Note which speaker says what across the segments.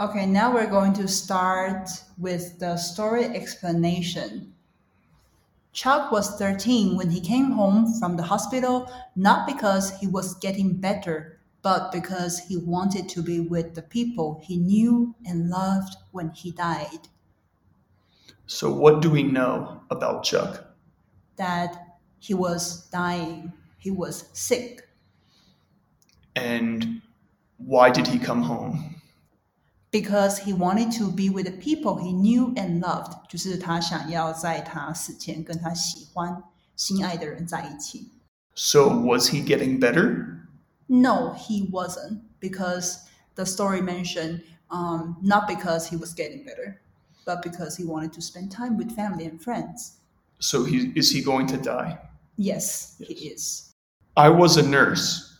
Speaker 1: Okay, now we're going to start with the story explanation. Chuck was 13 when he came home from the hospital, not because he was getting better, but because he wanted to be with the people he knew and loved when he died.
Speaker 2: So, what do we know about Chuck?
Speaker 1: That he was dying, he was sick.
Speaker 2: And why did he come home?
Speaker 1: because he wanted to be with the people he knew and loved，就是他想要在他死前跟他喜欢、心爱的人在一起。
Speaker 2: So, was he getting better?
Speaker 1: No, he wasn't because the story mentioned um, not because he was getting better, but because he wanted to spend time with family and friends.
Speaker 2: So, he, is he going to die?
Speaker 1: Yes, he is.
Speaker 2: I was a nurse,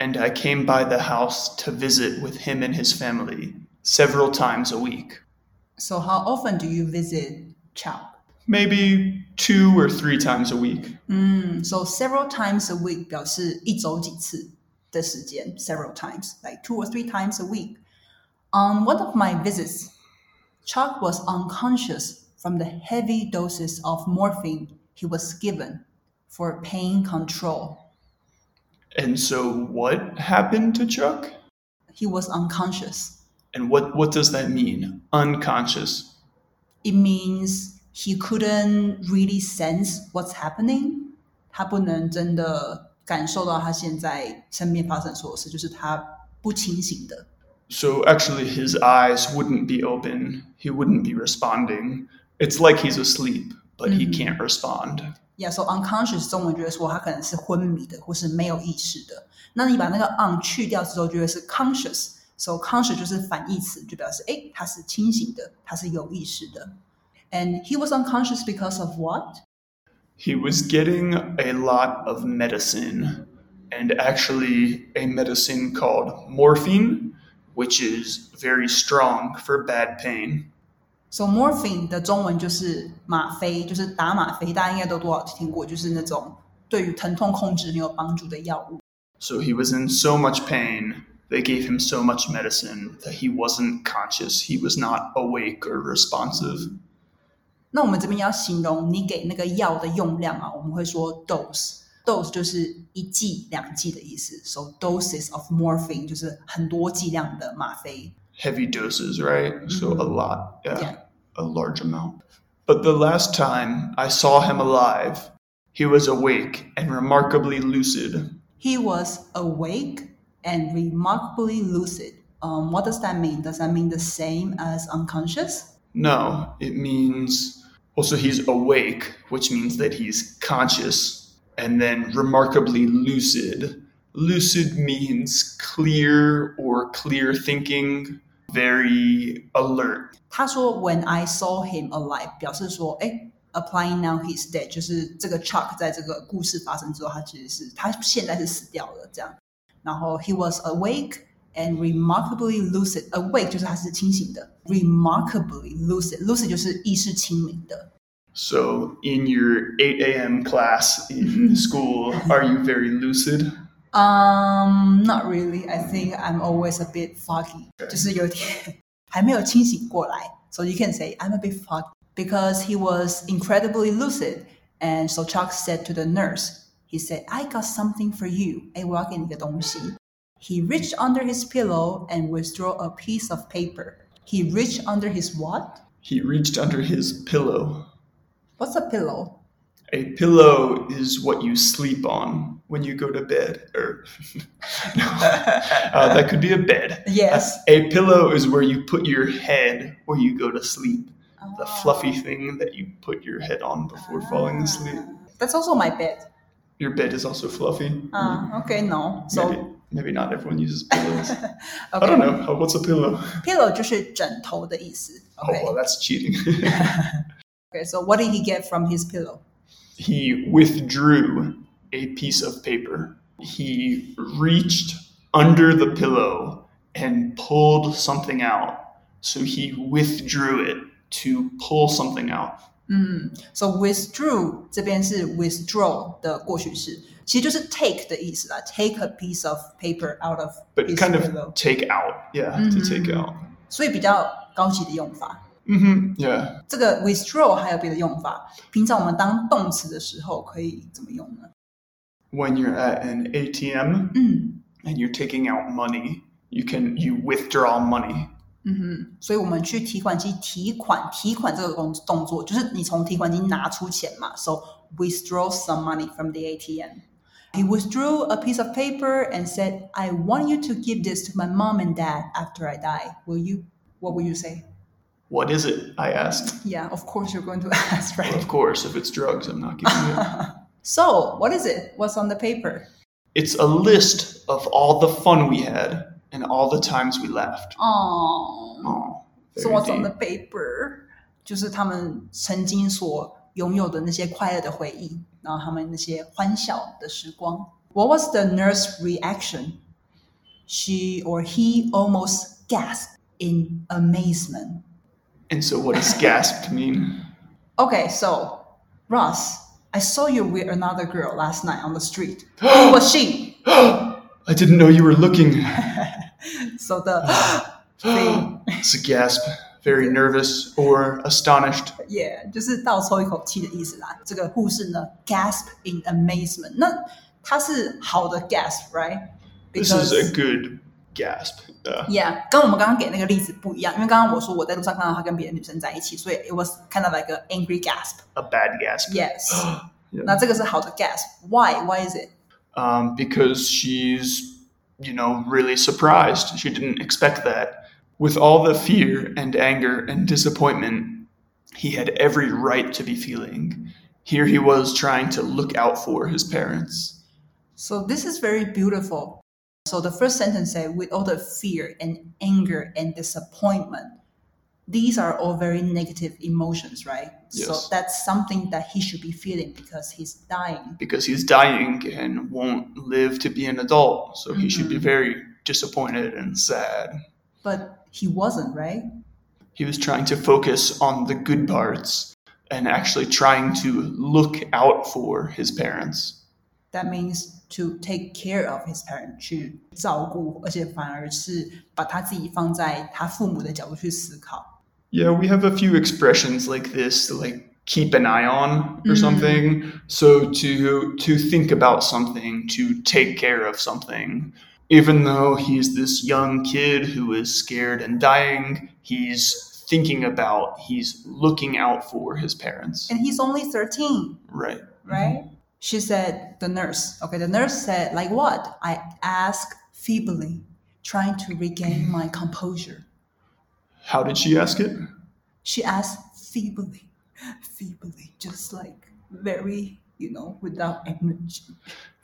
Speaker 2: and I came by the house to visit with him and his family several times a week,
Speaker 1: So how often do you visit Chuck?
Speaker 2: maybe two or three times a week.
Speaker 1: 嗯，so Mm, several times a week 表示一周几次的时间，several times, like two or three times a week. On one of my visits, Chuck was unconscious from the heavy doses of morphine he was given for pain control.
Speaker 2: And so, what happened to Chuck?
Speaker 1: He was unconscious.
Speaker 2: And what, what does that mean? Unconscious.
Speaker 1: It means he couldn't really sense what's happening. 他不能真的感受到他现在身边发生所有事，就是他不清醒的。
Speaker 2: So, actually, his eyes wouldn't be open, he wouldn't be responding. It's like he's asleep, but he can't respond.
Speaker 1: Yeah, so unconscious 中文就会说他可能是昏迷的，或是没有意识的。那你把那个 on 去掉之后，就会是 conscious。So conscious 就是反义词，就表示诶，他是清醒的，他是有意识的。And he was unconscious because of what?
Speaker 2: He was getting a lot of medicine, and actually, a medicine called morphine, which is very strong for bad pain.
Speaker 1: So morphine 的中文就是吗啡，就是打吗啡，大家应该都多少听过，就是那种对于疼痛控制很有帮助的药物。
Speaker 2: So he was in so much pain, they gave him so much medicine that he wasn't conscious. He was not awake or responsive.
Speaker 1: 那我们这边要形容你给那个药的用量啊，我们会说 dose。dose 就是一剂、两剂的意思，so doses of morphine 就是很多剂量的吗啡。
Speaker 2: Heavy doses, right? So a lot, yeah,
Speaker 1: Yeah.
Speaker 2: a large amount. But the last time I saw him alive, he was awake and remarkably lucid.
Speaker 1: He was awake and remarkably lucid. Um, what does that mean? Does that mean the same as unconscious?
Speaker 2: No, it means also he's awake, which means that he's conscious, and then remarkably lucid. Lucid means clear or clear thinking, very alert.
Speaker 1: 他说 When I saw him alive，表示说，哎，applying now he's dead，就是这个 Chuck 在这个故事发生之后，他其实是他现在是死掉了这样。然后 he was awake and remarkably lucid。awake 就是他是清醒的，remarkably lucid，lucid 就是意识清明的。
Speaker 2: So, in your 8 a.m. class in school, are you very lucid?
Speaker 1: Um, not really. I think I'm always a bit foggy. 就是有点还没有清醒过来。So you can say I'm a bit foggy because he was incredibly lucid. And so Chuck said to the nurse, he said, "I got something for you." 哎，我要给你个东西。He reached under his pillow and withdrew a piece of paper. He reached under his what?
Speaker 2: He reached under his pillow.
Speaker 1: What's a pillow?
Speaker 2: A pillow is what you sleep on when you go to bed. Or no, uh, that could be a bed.
Speaker 1: Yes.
Speaker 2: A pillow is where you put your head where you go to sleep. The
Speaker 1: Ah.
Speaker 2: fluffy thing that you put your head on before falling asleep.
Speaker 1: That's also my bed.
Speaker 2: Your bed is also fluffy.
Speaker 1: Ah, okay, no. So
Speaker 2: Mm-hmm. maybe, maybe not everyone uses pillows. I
Speaker 1: okay.
Speaker 2: don't know. Uh, What's a pillow?
Speaker 1: Pillow 就是枕头的意思。
Speaker 2: Oh,
Speaker 1: OK，、
Speaker 2: well, that's cheating.
Speaker 1: Okay, so what did he get from his pillow?
Speaker 2: he withdrew a piece of paper. He reached under the pillow and pulled something out. So he withdrew it to pull something out.
Speaker 1: So withdrew 这边是 withdraw 的过去式，其实就是 take 的意思啦。Take a piece of paper out of
Speaker 2: but
Speaker 1: his
Speaker 2: kind
Speaker 1: pillow.
Speaker 2: of take out. Yeah, to take out.
Speaker 1: 所以比较高级的用法。
Speaker 2: Mm-hmm. Yeah.
Speaker 1: 这个 withdraw 还有别的用法，平常我们当动词的时候可以怎么用呢？
Speaker 2: When you're at an ATM
Speaker 1: 嗯
Speaker 2: and you're taking out money, you can you withdraw money.
Speaker 1: 嗯哼，所以我们去提款机提款，提款这个动动作就是你从提款机拿出钱嘛，so withdraw some money from the ATM. He withdrew a piece of paper and said, "I want you to give this to my mom and dad after I die. Will you? What will you say?"
Speaker 2: What is it? I asked.
Speaker 1: Yeah, of course you're going to ask, right?
Speaker 2: Of course, if it's drugs, I'm not giving it.
Speaker 1: So, what is it? What's on the paper?
Speaker 2: It's a list of all the fun we had and all the times we laughed.
Speaker 1: Oh,
Speaker 2: Oh,
Speaker 1: so
Speaker 2: very
Speaker 1: what's on
Speaker 2: deep.
Speaker 1: the paper? 就是他们曾经所拥有的那些快乐的回忆，然后他们那些欢笑的时光。What was the nurse reaction? She or he almost gasped in amazement.
Speaker 2: And so, what does gasped mean?
Speaker 1: Okay, so Ross, I saw you with another girl last night on the street. Who was she?
Speaker 2: I didn't know you were looking.
Speaker 1: So the thing.
Speaker 2: It's a gasp, very nervous or astonished.
Speaker 1: yeah, 就是倒抽一口气的意思啦。这个护士呢，gasp in amazement，那它是好的 gasp，right？
Speaker 2: This is a good gasp. Uh,
Speaker 1: Yeah，跟我们刚刚给那个例子不一样，因为刚刚我说我在路上看到他跟别的女生在一起，所以 it was kind of like an angry gasp。
Speaker 2: a bad gasp.
Speaker 1: Yes，
Speaker 2: Yeah.
Speaker 1: 那这个是好的 gasp。Why? Why is it?
Speaker 2: Um, because she's, you know, really surprised. She didn't expect that. With all the fear and anger and disappointment he had every right to be feeling, here he was trying to look out for his parents.
Speaker 1: So this is very beautiful. So the first sentence say with all the fear and anger and disappointment. These are all very negative emotions, right? So
Speaker 2: Yes.
Speaker 1: that's something that he should be feeling because he's dying.
Speaker 2: because he's dying and won't live to be an adult. So he should be very disappointed and sad.
Speaker 1: But he wasn't, right?
Speaker 2: He was trying to focus on the good parts and actually trying to look out for his parents.
Speaker 1: That means to take care of his parent，去照顾，而且反而是把他自己放在他父母的角度去思考。
Speaker 2: Yeah, we have a few expressions like this, like keep an eye on or something. So to to think about something, to take care of something. Even though he's this young kid who is scared and dying, he's thinking about, he's looking out for his parents.
Speaker 1: And he's only thirteen,
Speaker 2: Right.
Speaker 1: right? She said, the nurse. Okay, the nurse said, like what? I asked feebly, trying to regain my composure.
Speaker 2: How did she ask it?
Speaker 1: She asked feebly, feebly, just like very, you know, without energy.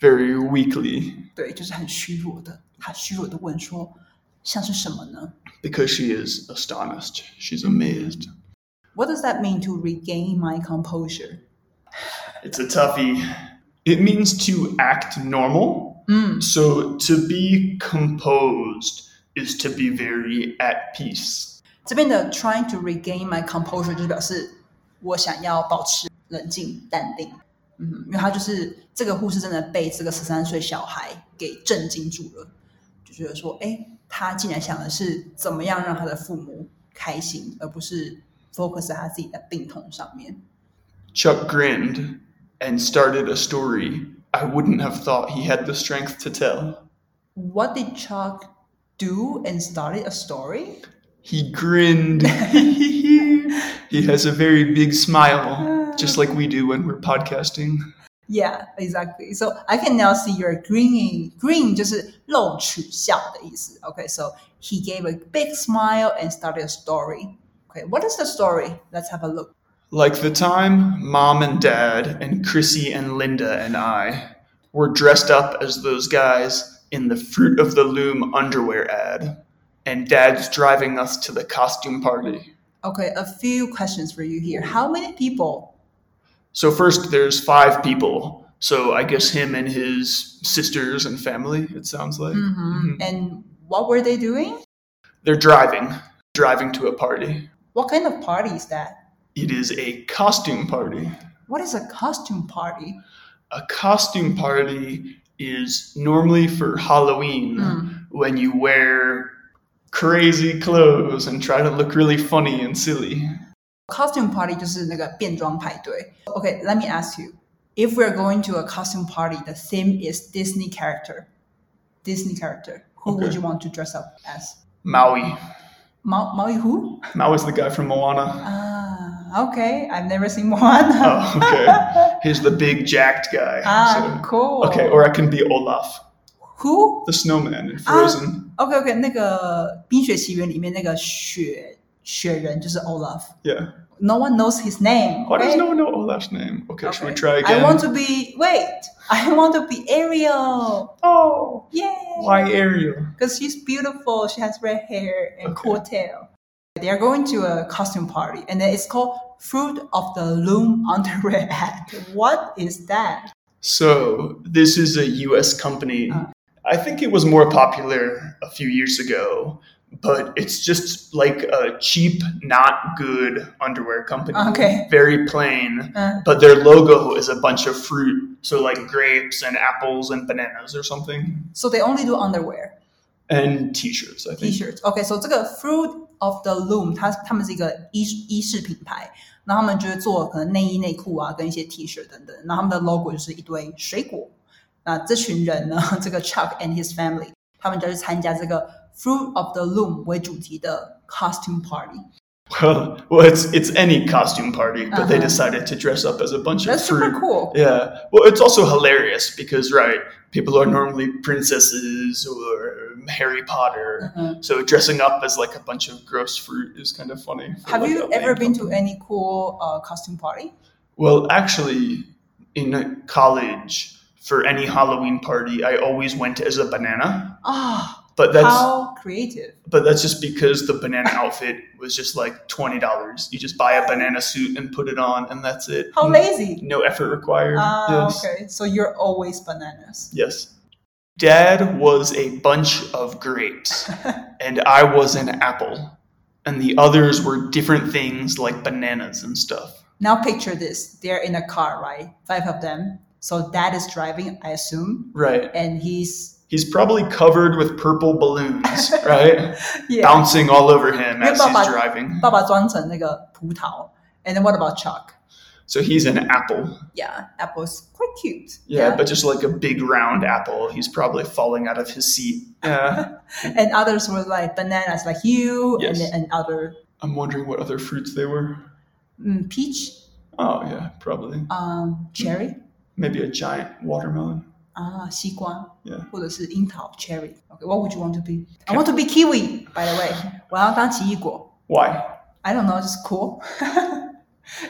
Speaker 2: Very weakly,
Speaker 1: 对，就是很虚弱的。她虚弱的问说，像是什么呢
Speaker 2: because she is astonished. She's amazed.
Speaker 1: What does that mean to regain my composure?
Speaker 2: It's a toughie. It means to act normal. So to be composed is to be very at peace.
Speaker 1: 这边的 trying to regain my composure 就是表示我想要保持冷静淡定。嗯，因为他就是这个护士真的被这个十三岁小孩给震惊住了，就觉得说，哎，他竟然想的是怎么样让他的父母开心，而不是 focus 在他自己的病痛上面。
Speaker 2: Chuck grinned and started a story I wouldn't have thought he had the strength to tell.
Speaker 1: What did Chuck do and started a story?
Speaker 2: He grinned. he has a very big smile, just like we do when we're podcasting.
Speaker 1: Yeah, exactly. So I can now see you're grinning. Grin 就是露齿笑的意思。Okay, so he gave a big smile and started a story. Okay, what is the story? Let's have a look.
Speaker 2: Like the time mom and dad and Chrissy and Linda and I were dressed up as those guys in the Fruit of the Loom underwear ad, and dad's driving us to the costume party.
Speaker 1: Okay, a few questions for you here. How many people?
Speaker 2: So, first, there's five people. So, I guess him and his sisters and family, it sounds like.
Speaker 1: And what were they doing?
Speaker 2: They're driving, driving to a party.
Speaker 1: What kind of party is that?
Speaker 2: It is a costume party.
Speaker 1: What is a costume party?
Speaker 2: a costume
Speaker 1: Hmm.
Speaker 2: party is normally for Halloween when you wear crazy clothes and try to look really funny and silly.
Speaker 1: Costume party 就是那个变装派对。Okay, let me ask you, if we're going to a costume party, the theme is Disney character, Disney character. Who would
Speaker 2: Okay.
Speaker 1: you want to dress up as?
Speaker 2: Maui.
Speaker 1: Mao Maui who?
Speaker 2: Maui's the guy from Moana.
Speaker 1: Ah, okay. I've never seen Moana.
Speaker 2: Oh, okay. He's the big jacked guy.
Speaker 1: ah, cool.
Speaker 2: Okay, or I can be Olaf,
Speaker 1: who?
Speaker 2: the snowman in
Speaker 1: Ah.
Speaker 2: Frozen.
Speaker 1: OK OK，那个《冰雪奇缘》里面那个雪雪人就是 Olaf。
Speaker 2: Yeah.
Speaker 1: No one knows his name.
Speaker 2: Why does
Speaker 1: okay?
Speaker 2: no one know Olaf's name? Okay, should we
Speaker 1: Okay.
Speaker 2: try again?
Speaker 1: I want to be wait. I want to be Ariel.
Speaker 2: Oh,
Speaker 1: Yay!
Speaker 2: why Ariel?
Speaker 1: Because she's beautiful. She has red hair and
Speaker 2: Okay.
Speaker 1: cool tail. They are going to a costume party, and then it's called Fruit of the Loom Underwear Ad. What is that?
Speaker 2: So, this is a US company.
Speaker 1: Uh.
Speaker 2: I think it was more popular a few years ago, but it's just like a cheap, not good underwear company.
Speaker 1: Okay.
Speaker 2: Very plain.
Speaker 1: Uh,
Speaker 2: But their logo is a bunch of fruit, so like grapes and apples and bananas or something,
Speaker 1: so they only do underwear.
Speaker 2: and t-shirts. I think.
Speaker 1: T-shirt。OK，so、这个 Fruit of the Loom，它他们是一个衣衣饰品牌，那他们就会做可能内衣、内裤啊，跟一些 T 恤等等。然后他们的 logo 就是一堆水果。那这群人呢， 这个 Chuck and his family，他们就去参加这个 Fruit of the Loom 为主题的 costume party。
Speaker 2: Well, well, it's it's any costume party, but they
Speaker 1: Uh-huh.
Speaker 2: decided to dress up as a bunch
Speaker 1: That's
Speaker 2: of fruit.
Speaker 1: super cool.
Speaker 2: Yeah. Well, it's also hilarious because right, people are normally princesses or Harry Potter,
Speaker 1: Uh-huh.
Speaker 2: so dressing up as like a bunch of gross fruit is kind of funny. for,
Speaker 1: Have
Speaker 2: like,
Speaker 1: you
Speaker 2: a
Speaker 1: ever
Speaker 2: main
Speaker 1: been to
Speaker 2: company.
Speaker 1: any cool uh, costume party?
Speaker 2: Well, actually, in uh, college, for any Halloween party, I always went as a banana.
Speaker 1: Ah,
Speaker 2: But that's
Speaker 1: how creative!
Speaker 2: but that's just because the banana outfit was just like twenty dollars. You just buy a banana suit and put it on, and that's it.
Speaker 1: How
Speaker 2: Mm.
Speaker 1: lazy!
Speaker 2: No effort required.
Speaker 1: Ah,
Speaker 2: yes.
Speaker 1: okay. So you're always bananas.
Speaker 2: Yes. Dad was a bunch of grapes, and I was an apple, and the others were different things like bananas and stuff.
Speaker 1: Now picture this. They're in a car, right? Five of them. So dad is driving, I assume,
Speaker 2: Right.
Speaker 1: and he's
Speaker 2: He's probably covered with purple balloons, right?
Speaker 1: yeah.
Speaker 2: Bouncing all over him as he's
Speaker 1: Papa-
Speaker 2: driving.
Speaker 1: 爸爸装成那个葡萄. And then what about Chuck?
Speaker 2: So he's an apple.
Speaker 1: Yeah, Apple's quite cute.
Speaker 2: Yeah, but just like a big round apple. He's probably falling out of his seat. Yeah.
Speaker 1: and others were like bananas, like you,
Speaker 2: Yes.
Speaker 1: and and other
Speaker 2: I'm wondering what other fruits they were.
Speaker 1: mm, peach,
Speaker 2: Oh, yeah, probably.
Speaker 1: um, cherry,
Speaker 2: Maybe a giant watermelon.
Speaker 1: ah, 西瓜,
Speaker 2: Yeah.
Speaker 1: 或者是樱桃 cherry. Okay, what would you want to be? I want to be kiwi. By the way, 我要当奇异果.
Speaker 2: Why?
Speaker 1: I don't know, it's cool.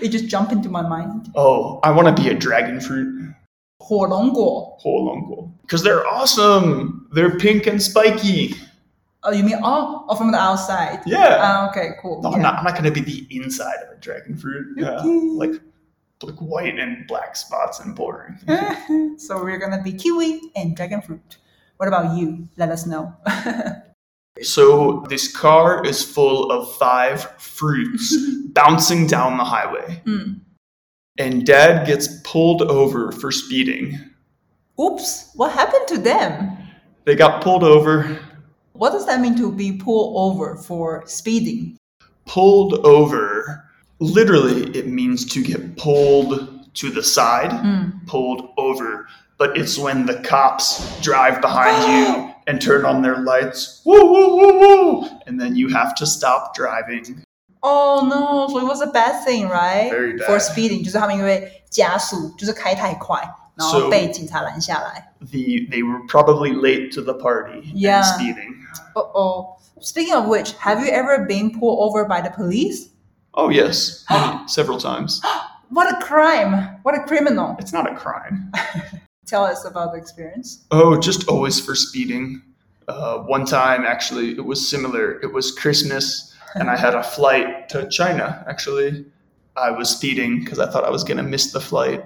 Speaker 1: it just jumped into my mind.
Speaker 2: Oh, I want to be a dragon fruit.
Speaker 1: 火龙果.
Speaker 2: Holongo. Because they're awesome. They're pink and spiky.
Speaker 1: Oh, you mean oh, oh from the outside?
Speaker 2: Yeah.
Speaker 1: Ah, okay, cool.
Speaker 2: no,
Speaker 1: Yeah.
Speaker 2: I'm not, I'm not going to be the inside of a dragon fruit. Yeah.
Speaker 1: Okay.
Speaker 2: Like, like white and black spots and boring.
Speaker 1: so we're gonna be kiwi and dragon fruit. What about you? Let us know.
Speaker 2: so this car is full of five fruits bouncing down the highway.
Speaker 1: Mm.
Speaker 2: And dad gets pulled over for speeding.
Speaker 1: Oops, what happened to them?
Speaker 2: They got pulled over.
Speaker 1: What does that mean to be pulled over for speeding?
Speaker 2: Pulled over. Literally, it means to get pulled to the side.
Speaker 1: Mm.
Speaker 2: pulled over, but it's when the cops drive behind you and turn on their lights, woo, woo, woo, woo, and then you have to stop driving.
Speaker 1: Oh no! So it was a bad thing, right?
Speaker 2: Very bad.
Speaker 1: For speeding, 就是他们因为加速，就是开太快，然后被警察拦下来。
Speaker 2: The they were probably late to the party
Speaker 1: Yeah.
Speaker 2: and speeding.
Speaker 1: Uh oh. Speaking of which, have you ever been pulled over by the police?
Speaker 2: Oh yes, many- several times.
Speaker 1: What a crime! What a criminal!
Speaker 2: It's not a crime.
Speaker 1: Tell us about the experience.
Speaker 2: Oh, just always for speeding. Uh, one time, actually, it was similar. It was Christmas, and I had a flight to China. Actually, I was speeding because I thought I was going to miss the flight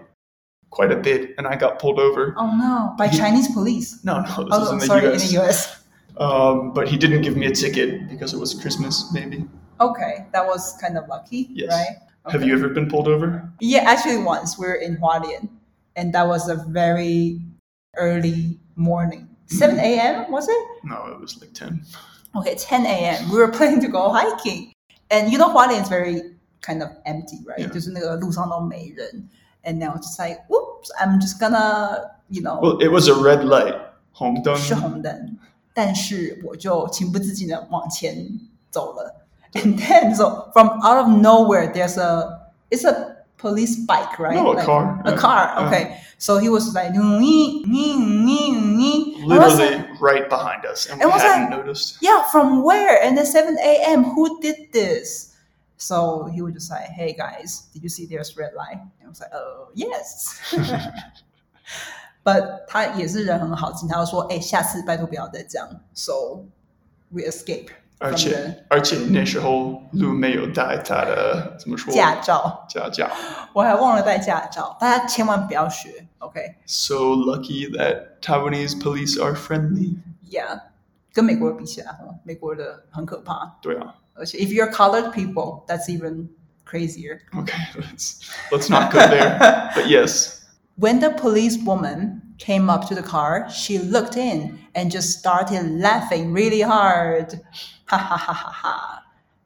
Speaker 2: quite a bit, and I got pulled over.
Speaker 1: Oh no, by
Speaker 2: He-
Speaker 1: Chinese police.
Speaker 2: No, no, this is
Speaker 1: Oh,
Speaker 2: in the
Speaker 1: sorry,
Speaker 2: US.
Speaker 1: in the US.
Speaker 2: Um, but he didn't give me a ticket because it was Christmas, maybe.
Speaker 1: Okay, that was kind of lucky,
Speaker 2: Yes.
Speaker 1: right?
Speaker 2: Have you ever been pulled over?
Speaker 1: Yeah, actually, once we were in Hualien, and that was a
Speaker 2: Mm-hmm.
Speaker 1: very early morning. 7 a.m., was it?
Speaker 2: No, it was like 10.
Speaker 1: Okay, 10 a.m. We were planning to go hiking, and you know Hualien is very kind of empty, right?
Speaker 2: Yeah.
Speaker 1: 就是那个路上都没人. And now it's like, whoops, I'm just gonna, you know,
Speaker 2: Well, um it was a red light. 红灯.
Speaker 1: 是红灯，但是我就情不自禁的往前走了。And then so from out of nowhere, there's a it's a police bike, right?
Speaker 2: No, a
Speaker 1: Like,
Speaker 2: car.
Speaker 1: A
Speaker 2: Yeah.
Speaker 1: car. Okay. So he was like, "Nee, nee, nee, nee." And I was
Speaker 2: Literally
Speaker 1: like,
Speaker 2: right behind us, and we
Speaker 1: It was
Speaker 2: hadn't noticed.
Speaker 1: yeah, from where? And then 7 a.m. Who did this? So he would just like, hey guys, did you see there's red light? And I was like, oh yes. But 他也是人很好心，他就说：“哎、欸，下次拜托不要再这样。”So we escape from
Speaker 2: 而且-而且那时候路没有带他的，怎么说？
Speaker 1: the驾照。
Speaker 2: 驾照。
Speaker 1: 我还忘了带驾照，大家千万不要学。OK，Yeah，、okay?
Speaker 2: So lucky that Taiwanese police are friendly.
Speaker 1: yeah. 跟美国比起来，美国的很可怕。而且
Speaker 2: 对啊。Okay,
Speaker 1: if you're colored people, that's even crazier.
Speaker 2: let's let's not go there. But yes,
Speaker 1: When the police woman came up to the car, she looked in and just started laughing really hard. Ha ha ha ha ha.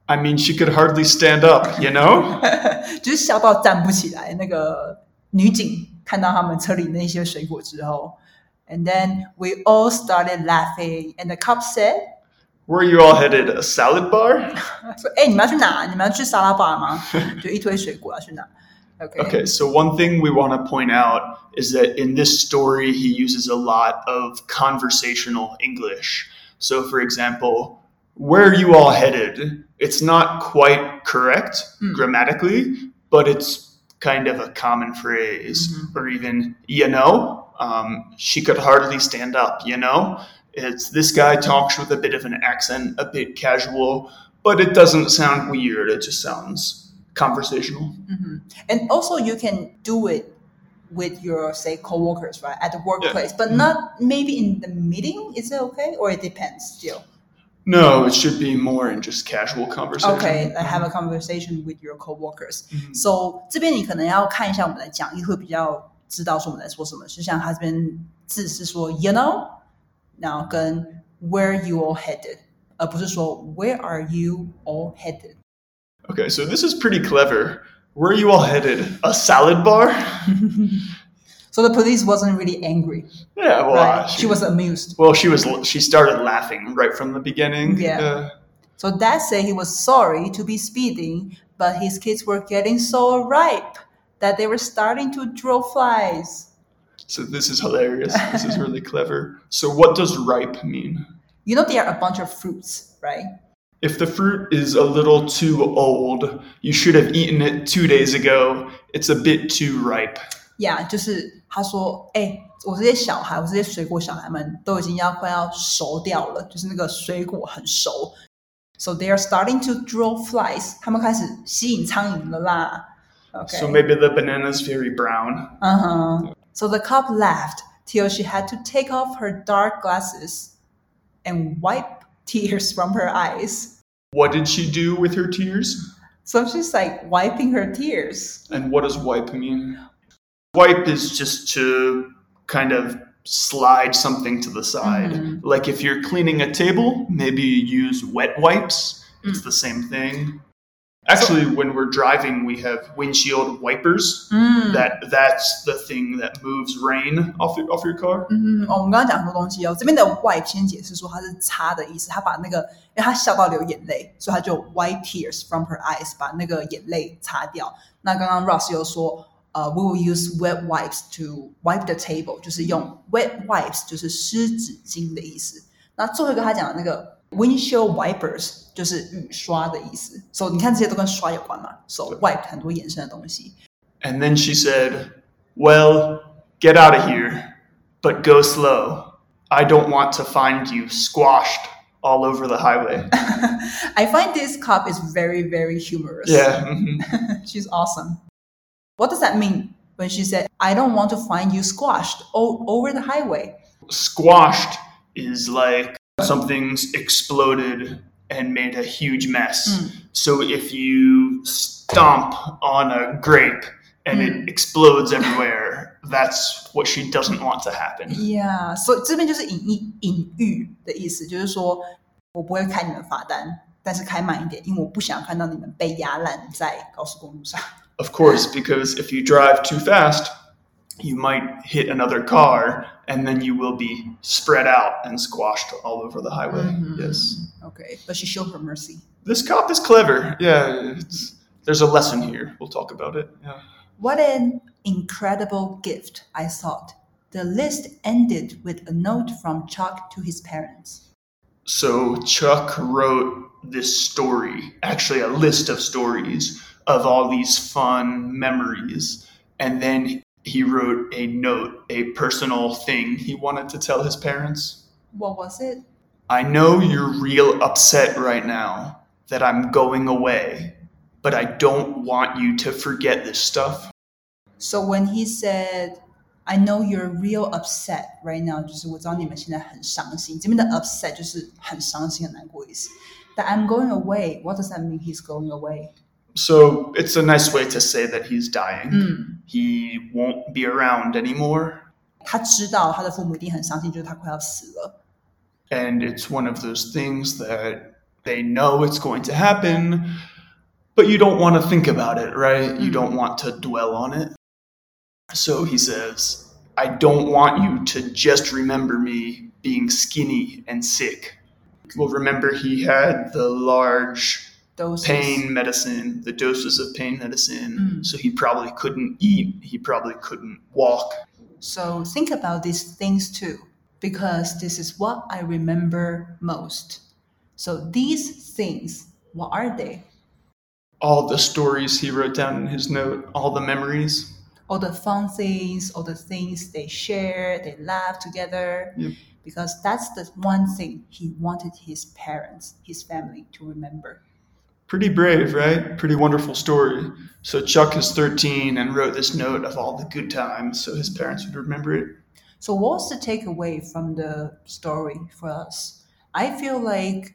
Speaker 2: I mean she could hardly stand up, you know.
Speaker 1: 就是笑到站不起来。那个女警看到他们车里那些水果之后，and then we all started laughing, and the cop said
Speaker 2: Where you all headed? A salad bar?
Speaker 1: 说：“哎、你们要去哪？你们要去沙拉吧吗？就一堆水果要去哪？”OK，,
Speaker 2: Okay, so one thing we want to point out is that in this story, he uses a lot of conversational English. So, for example, where are you all headed? It's not quite correct grammatically, but it's kind of a common phrase. Or even, you know, um, she could hardly stand up, you know? It's this guy talks with a bit of an accent, a bit casual, but it doesn't sound weird. It just sounds conversational.
Speaker 1: and also you can do it with your say coworkers right at the workplace, but not maybe in the meeting. Is it okay or it depends still?
Speaker 2: No, it should be more in just casual conversation.
Speaker 1: Okay, like have a conversation with your coworkers. So 这边你可能要看一下我们的讲义，会比较知道说我们在说什么。就像他这边字是说 you know，然后跟 where you all headed，而不是说 where are you all headed。
Speaker 2: Okay, so this is pretty clever. Where are you all headed? A salad bar?
Speaker 1: So the police wasn't really angry.
Speaker 2: Yeah, well, uh,
Speaker 1: Right?
Speaker 2: she,
Speaker 1: She was amused.
Speaker 2: well, she was she started laughing right from the beginning.
Speaker 1: Yeah.
Speaker 2: Uh,
Speaker 1: So Dad said he was sorry to be speeding, but his kids were getting so ripe that they were starting to draw flies.
Speaker 2: so this is hilarious. this is really clever. So what does ripe mean?
Speaker 1: You know there are a bunch of fruits, right?
Speaker 2: If the fruit is a little too old, you should have eaten it two days ago. It's a bit too ripe.
Speaker 1: Yeah，就是他说，哎、我这些小孩，我这些水果小孩们都已经要快要熟掉了，就是那个水果很熟。So they are starting to draw flies，他们开始吸引苍蝇了啦。OK，
Speaker 2: So maybe the banana's very brown.
Speaker 1: 嗯哼、So Uh-huh. the cop laughed till she had to take off her dark glasses and wipe tears from her eyes.
Speaker 2: What did she do with her tears?
Speaker 1: So she's like wiping her tears.
Speaker 2: And what does wipe mean? Wipe is just to kind of slide something to the side. Like if you're cleaning a table, maybe you use wet wipes. It's the same thing. Actually, when we're driving, we have windshield wipers. That that's the thing that moves rain off your, off your car.
Speaker 1: 嗯，哦我们刚刚讲很多东西哦。这边的 wipe 先解释说它是擦的意思，他把那个，因为他笑到流眼泪，所以他就 wipe tears from her eyes，把那个眼泪擦掉。那刚刚 Ross 又说，呃、w e will use wet wipes to wipe the table，就是用 wet wipes 就是湿纸巾的意思。那最后一个他讲的那个 windshield wipers 就是雨刷的意思。所、so, 以你看这些都跟刷有关嘛，so wipe 很多衍生的东西。
Speaker 2: And then she said, "Well, get out of here, but go slow. I don't want to find you squashed all over the highway."
Speaker 1: I find this cop is very very humorous.
Speaker 2: yeah. mhm.
Speaker 1: She's awesome. What does that mean when she said, I don't want to find you squashed o- over the highway?
Speaker 2: squashed is like something's exploded and made a huge mess. So if you stomp on a grape and it explodes everywhere, that's what she doesn't want to happen.
Speaker 1: Yeah. So 这边就是隐喻隐喻的意思，就是说我不会开你们罚单，但是开慢一点，因为我不想看到你们被压烂在高速公 路上。
Speaker 2: Of course, because if you drive too fast, you might hit another car and then you will be spread out and squashed all over the highway. Yes.
Speaker 1: Okay, but she showed her mercy.
Speaker 2: This cop is clever. Yeah, it's, there's a lesson here. We'll talk about it. Yeah.
Speaker 1: What an incredible gift, I thought. The list ended with a note from Chuck to his parents.
Speaker 2: So Chuck wrote this story, actually a list of stories of all these fun memories, and then he wrote a note, a personal thing he wanted to tell his parents.
Speaker 1: What was it?
Speaker 2: I know you're real upset right now that I'm going away, but I don't want you to forget this stuff.
Speaker 1: So when he said, I know you're real upset right now，就是我知道你们现在很伤心。这边的 upset 就是很伤心、很难过的意思。That I'm going away. What does that mean? He's going away.
Speaker 2: So it's a nice way to say that he's dying. He won't be around anymore.
Speaker 1: 他知道他的父母一定很伤心，就是他快要死了。
Speaker 2: and it's one of those things that they know it's going to happen but you don't want to think about it right you don't want to dwell on it so he says i don't want you to just remember me being skinny and sick well remember he had the large
Speaker 1: Those
Speaker 2: pain medicine the doses of pain medicine so he probably couldn't eat he probably couldn't walk
Speaker 1: So think about these things too, because this is what I remember most. So these things, what are they?
Speaker 2: all the stories he wrote down in his note all the memories
Speaker 1: All the fun things, all the things they share, they laugh together,
Speaker 2: Yep.
Speaker 1: because that's the one thing he wanted his parents, his family to remember.
Speaker 2: Pretty brave, right? Pretty wonderful story. So Chuck is 13 and wrote this note of all the good times so his parents would remember it.
Speaker 1: So, what's the takeaway from the story for us? I feel like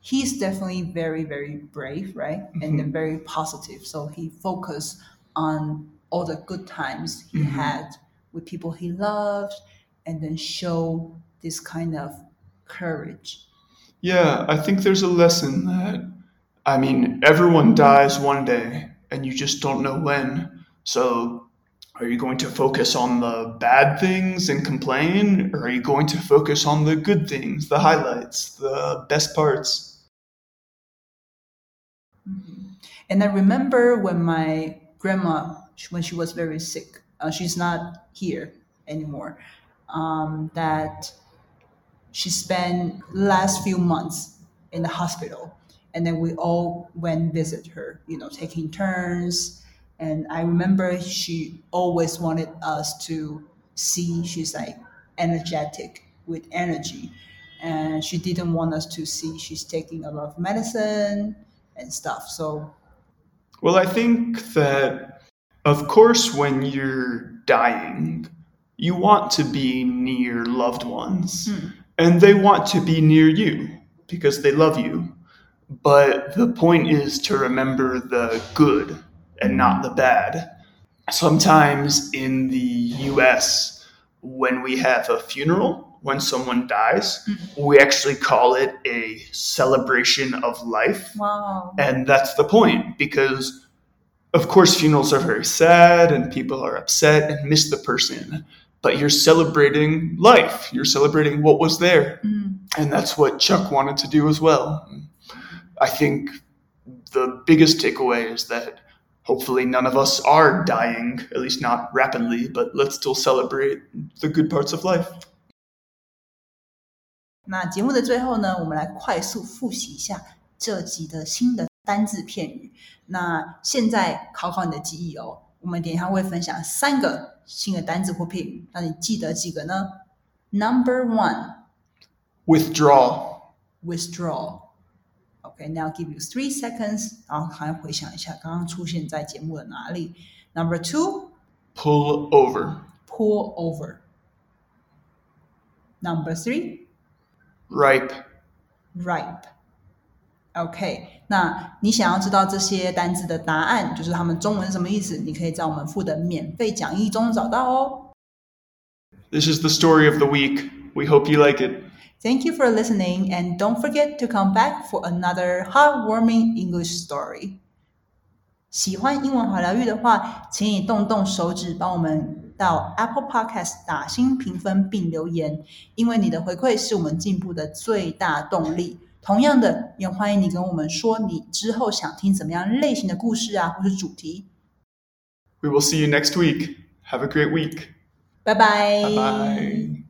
Speaker 1: he's definitely very, very brave, right? And then very positive. So, he focused on all the good times he had with people he loved and then show this kind of courage.
Speaker 2: Yeah, I think there's a lesson that, I mean, everyone dies one day and you just don't know when. So are you going to focus on the bad things and complain? Or are you going to focus on the good things, the highlights, the best parts?
Speaker 1: And I remember when my grandma, she- when she was very sick, uh, she's not here anymore, um, that she spent last few months in the hospital. And then we all went visit her, you know, taking turns. And I remember she always wanted us to see she's like energetic with energy. And she didn't want us to see she's taking a lot of medicine and stuff. So
Speaker 2: Well, I think that, of course, when you're dying, you want to be near loved ones, and they want to be near you because they love you. But the point is to remember the good and not the bad. Sometimes in the US, when we have a funeral, when someone dies, we actually call it a celebration of life.
Speaker 1: Wow.
Speaker 2: And that's the point because, of course, funerals are very sad and people are upset and miss the person, but you're celebrating life. You're celebrating what was there. And that's what Chuck wanted to do as well. I think the biggest takeaway is that hopefully none of us are dying, at least not rapidly, but let's still celebrate the good parts of life.
Speaker 1: 那节目的最后呢，我们来快速复习一下这集的新的单字片语。那现在考考你的记忆哦，我们等一下会分享三个新的单字或片语，那你记得几个呢？Number one,
Speaker 2: Withdraw.
Speaker 1: withdraw. OK, now give you three seconds，然后还回想一下刚刚出现在节目的哪里。Number two,
Speaker 2: Pull over.
Speaker 1: pull over. Number three.
Speaker 2: Ripe.
Speaker 1: ripe。OK，那你想要知道这些单字的答案，就是它们中文什么意思，你可以在我们附的免费讲义中找到哦。
Speaker 2: This is the story of the week. We hope you like it.
Speaker 1: Thank you for listening, and don't forget to come back for another heartwarming English story. 喜欢英文好疗愈的话，请你动动手指帮我们到 Apple Podcast 打新评分并留言，因为你的回馈是我们进步的最大动力。同样的，也欢迎你跟我们说你之后想听怎么样类型的故事啊，或是主题。
Speaker 2: We will see you next week. Have a great week.
Speaker 1: 拜拜，
Speaker 2: Bye bye.